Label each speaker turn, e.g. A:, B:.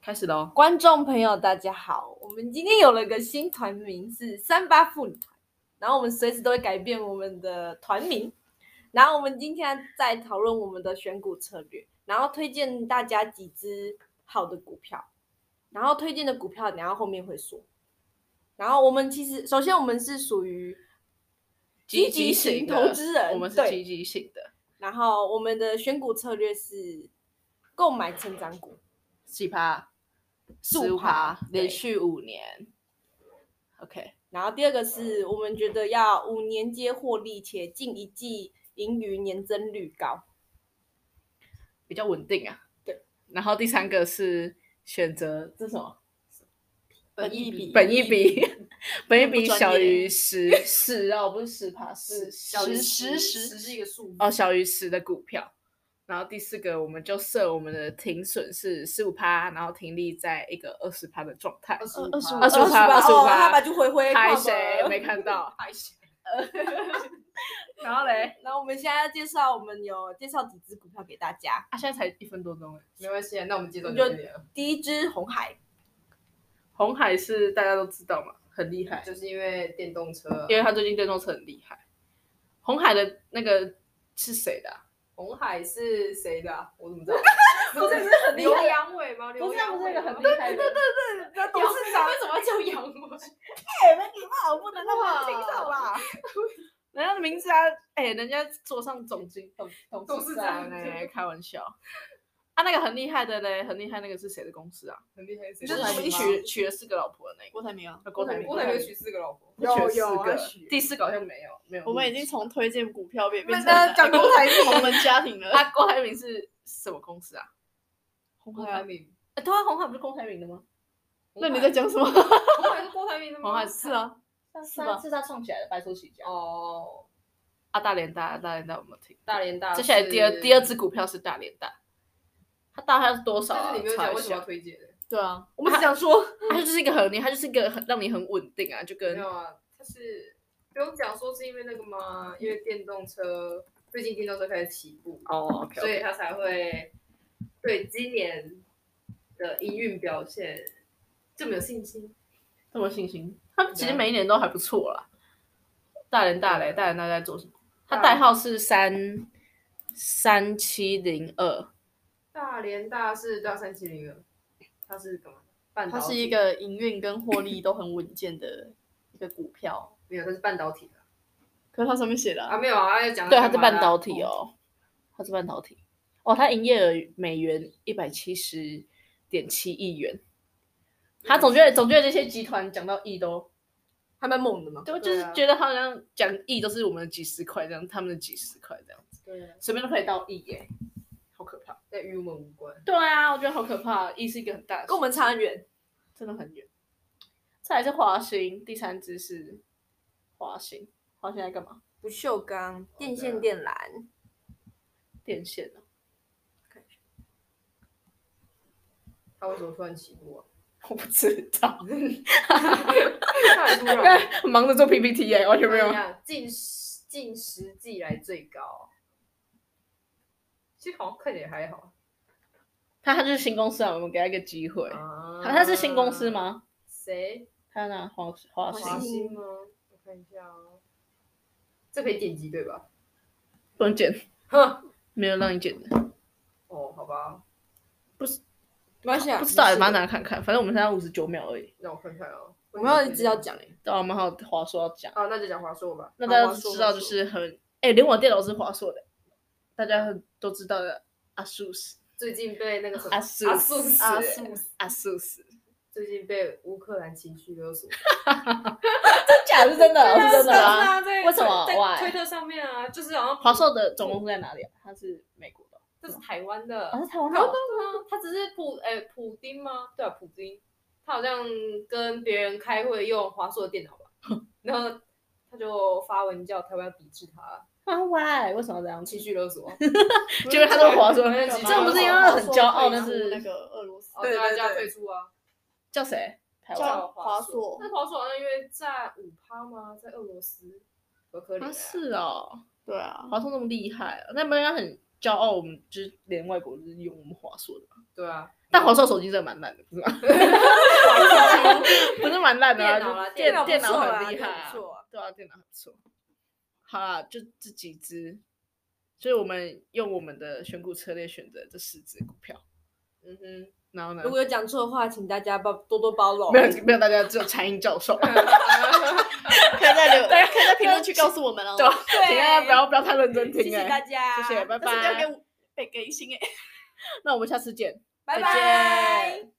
A: 开始喽。
B: 观众朋友，大家好，我们今天有了个新团名是三八妇女团，然后我们随时都会改变我们的团名。然后我们今天在讨论我们的选股策略，然后推荐大家几只好的股票，然后推荐的股票，然后后面会说。然后我们其实，首先我们是属于积极型
A: 的
B: 投资人，
A: 我们是
B: 对
A: 积极型的，
B: 然后我们的选股策略是购买成长股，
A: 几趴，
B: 15%
A: 十五趴，
B: 对
A: 连续五年。OK，
B: 然后第二个是我们觉得要五年皆获利且近一季盈余年增率高。
A: 比较稳定啊。
B: 对。
A: 然后第三个是选择这是什么？
B: 本益比
A: 本益比， 本益
C: 不
A: 比
C: 专
A: 小
C: 业
A: 于十十哦，不是十趴，是
C: 小于十十
B: 是一个数目
A: 哦，小于十的股票。然后第四个，我们就设我们的停损是十五趴，然后停利在一个二十趴的状态。
C: 25
B: 25
C: 二十
A: 25趴
B: 哦
A: 25趴
B: 他把就回回
A: 拍
B: 跨
A: 谁
B: 过
A: 没看到？
B: 拍谁？
A: 然后嘞，
B: 然后我们现在要介绍，我们有介绍几只股票给大家。
A: 啊，现在才一分多钟哎，没关系啊，那我们接着
B: 我
A: 就
B: 们就第一只红海，
A: 红海是大家都知道嘛，很厉害，
C: 就是因为电动车，
A: 因为他最近电动车很厉害。红海的那个是谁的啊、
C: 红海是谁的啊？我怎么知道？
B: 不是很
C: 刘阳伟吗？
A: 不
C: 刘
A: 是啊
C: 阳
A: 不是
C: 伟
A: 那个
C: 吗
A: 很厉害的
B: 那董事长
A: 啊
C: 为什么要叫杨伟？
B: 哎，没礼貌，不能让他们听到啦。
A: 人家的名字啊，哎、人家坐上总经董
C: 董
A: 事
C: 事长欸
A: 哎，开玩笑。啊，那个很厉害的嘞，很厉害，那个是谁的公司啊？
C: 很厉害，
A: 就
C: 就是是
A: 他
C: 他
A: 们
C: 们
A: 一
C: 一
A: 娶
C: 群
A: 娶了四个老婆的那个，
D: 郭台铭啊，
A: 那郭台铭，
C: 郭台铭娶四个老婆，
A: 他娶了
D: 有有啊
A: 四个
C: 啊
D: 他娶
A: 第四个好像没有没有入籍。
D: 我们已经从推荐股票变变成
B: 那讲郭台铭，
D: 同门家庭 了。
A: 啊，郭台铭是什么公司啊？
D: 红
C: 郭
D: 海
C: 台
D: 啊，
C: 铭。
A: 欸、台湾红海不是郭台铭的吗？
D: 那你在讲什么？
C: 红海是郭台铭的吗？
A: 红海是啊，
D: 是吧
A: 是他创起来的，白手起家。
C: 哦，
A: 啊，大连大，大连大有没有听？
C: 大连大。
A: 接下来第二第二，只股票是大连大，它大概是多少、啊？
C: 但是你没有
A: 查
C: 讲
A: 一
C: 为什么
A: 下
C: 要推荐的？
D: 对啊，
B: 我们只想说，
A: 它就是一个很厉害，它就是一个很让你很稳定啊，就
C: 没
A: 跟
C: 有啊，他是不用讲说是因为那个吗？因为电动车最近电动车开始起步，
A: 哦，OK，
C: 所以他才会对今年的营运表现这么有信心。
A: 这么信心，它其实每一年都还不错啦。大连大雷，大连大在做什么？它代号是三三七零二，
C: 大连大是大三七零二，它是干嘛？半导
D: 它
C: 体
D: 是一个营运跟获利都很稳健的一个股票，
C: 没有，它是半导体的
D: 可是它上面写的
C: 啊，
D: 啊，
C: 没有啊，要讲
A: 对，它
C: 它
A: 是半导体，哦，它是半导体哦，它营业额美元一百七十点七亿元。他总觉得总觉得这些集团讲到亿都，
B: 还蛮猛的嘛。
A: 就就
C: 对
A: 是
C: 啊
A: 觉得好像讲亿都是我们的几十块这样，他们的几十块这样子，
C: 对啊，
A: 随便都可以到亿耶，好可怕。
C: 但与我们无关。
A: 对啊，我觉得好可怕，亿是一个很大的数，
B: 跟我们差很远。
A: 真的很远。再来是华兴，第三只是华兴，华兴在干嘛？
B: 不锈钢、电线电缆，
A: 电线啊，
C: 它为什么突然起步啊？
A: 我不知道，
C: 太突
A: 刚
C: 然了，
A: 才 忙着做 PPT 哎、完全没有
C: 哎。呀近十近十季来最高。其实好像看起来还好
A: 他他就是新公司啊，我们给他一个机会。
C: 啊
A: 他他是新公司？吗？
C: 谁？
A: 他呢？华
B: 哦
A: 华
C: 华
A: 兴
B: 兴
C: 星吗？我看一下哦，这可以点击对吧？
A: 不能剪，
C: 哼，
A: 没有让你剪的，
C: 哦，好吧，
B: 没关系啊
A: 不，知道，马上拿来看看。反正我们现在五十九秒而已，
C: 让我看看哦。
B: 我们要一直要讲哎。
A: 对啊，我们还有华硕要讲。
C: 啊，那就讲华硕吧。
A: 那
B: 好
A: 大家
B: 华硕
A: 知道
B: 华
A: 就
B: 硕
A: 是很哎、连我电脑是华硕的，大家很都知道的 ASUS
C: 最近被那个什么
A: ASUS
C: 阿素斯
A: 啊 ASUS ASUS，
C: 最近被乌克兰情绪勒索，
A: 真假是真的， 是真的
C: 啊
A: 啊。，
C: 在
A: 为什么
C: 在
A: Why？
C: 推特上面啊，就是好像
A: 华硕的总公司在哪里啊？它是美国的，
C: 这是台湾哦的，
A: 哦是台湾
B: 哦
C: 然后呢，他只是普哎、普丁吗？对啊，普丁，他好像跟别人开会用华硕的电脑吧， 然后他就发文叫台湾要抵制他，
A: 啊，Why？为什么这样？
C: 情绪 勒索。
A: 结果他都华硕，
C: 没有
A: 这
C: 其实
A: 样不是因为很骄傲，
D: 那
A: 但
D: 那
A: 是
D: 个俄罗斯
C: 啊哦，
B: 对
C: 对啊，
B: 对
C: 就要
B: 对
C: 退出啊。
A: 叫谁？台湾
D: 叫华硕
C: 那，华硕好像因为在五趴吗？在俄罗斯，可可怜、
A: 啊，是哦，
D: 对啊，
A: 华硕那么厉害啊，那不应该很骄傲，我们就是连外国就是用我们华硕的嘛，
C: 对啊，
A: 但华硕手机真的蛮烂的，不是吗？ 不是蛮烂的、啊，
C: 电脑啦
A: 就
C: 电
A: 啊电电
C: 脑
B: 不错啦
A: 很厉害、
B: 电脑不错啊
A: 对啊，电脑很不错。好啦，就这几只，所以我们用我们的选股策略选择这十只股票，
C: 嗯哼，
A: 然后呢
B: 如，果有讲错的话，请大家包多多包容
A: 没。有没有，大家只有餐饮教授，
D: 可以在留，可以在评论区告诉我们哦。
A: 对请
B: 对，
A: 大家不要不要太认真听、欸，
B: 谢谢大家，
A: 谢谢，拜
D: 但是不要
A: 拜。
D: 给我被更新哎。
A: 那我们下次见。
B: 欸拜
A: 再
B: 拜
A: 见。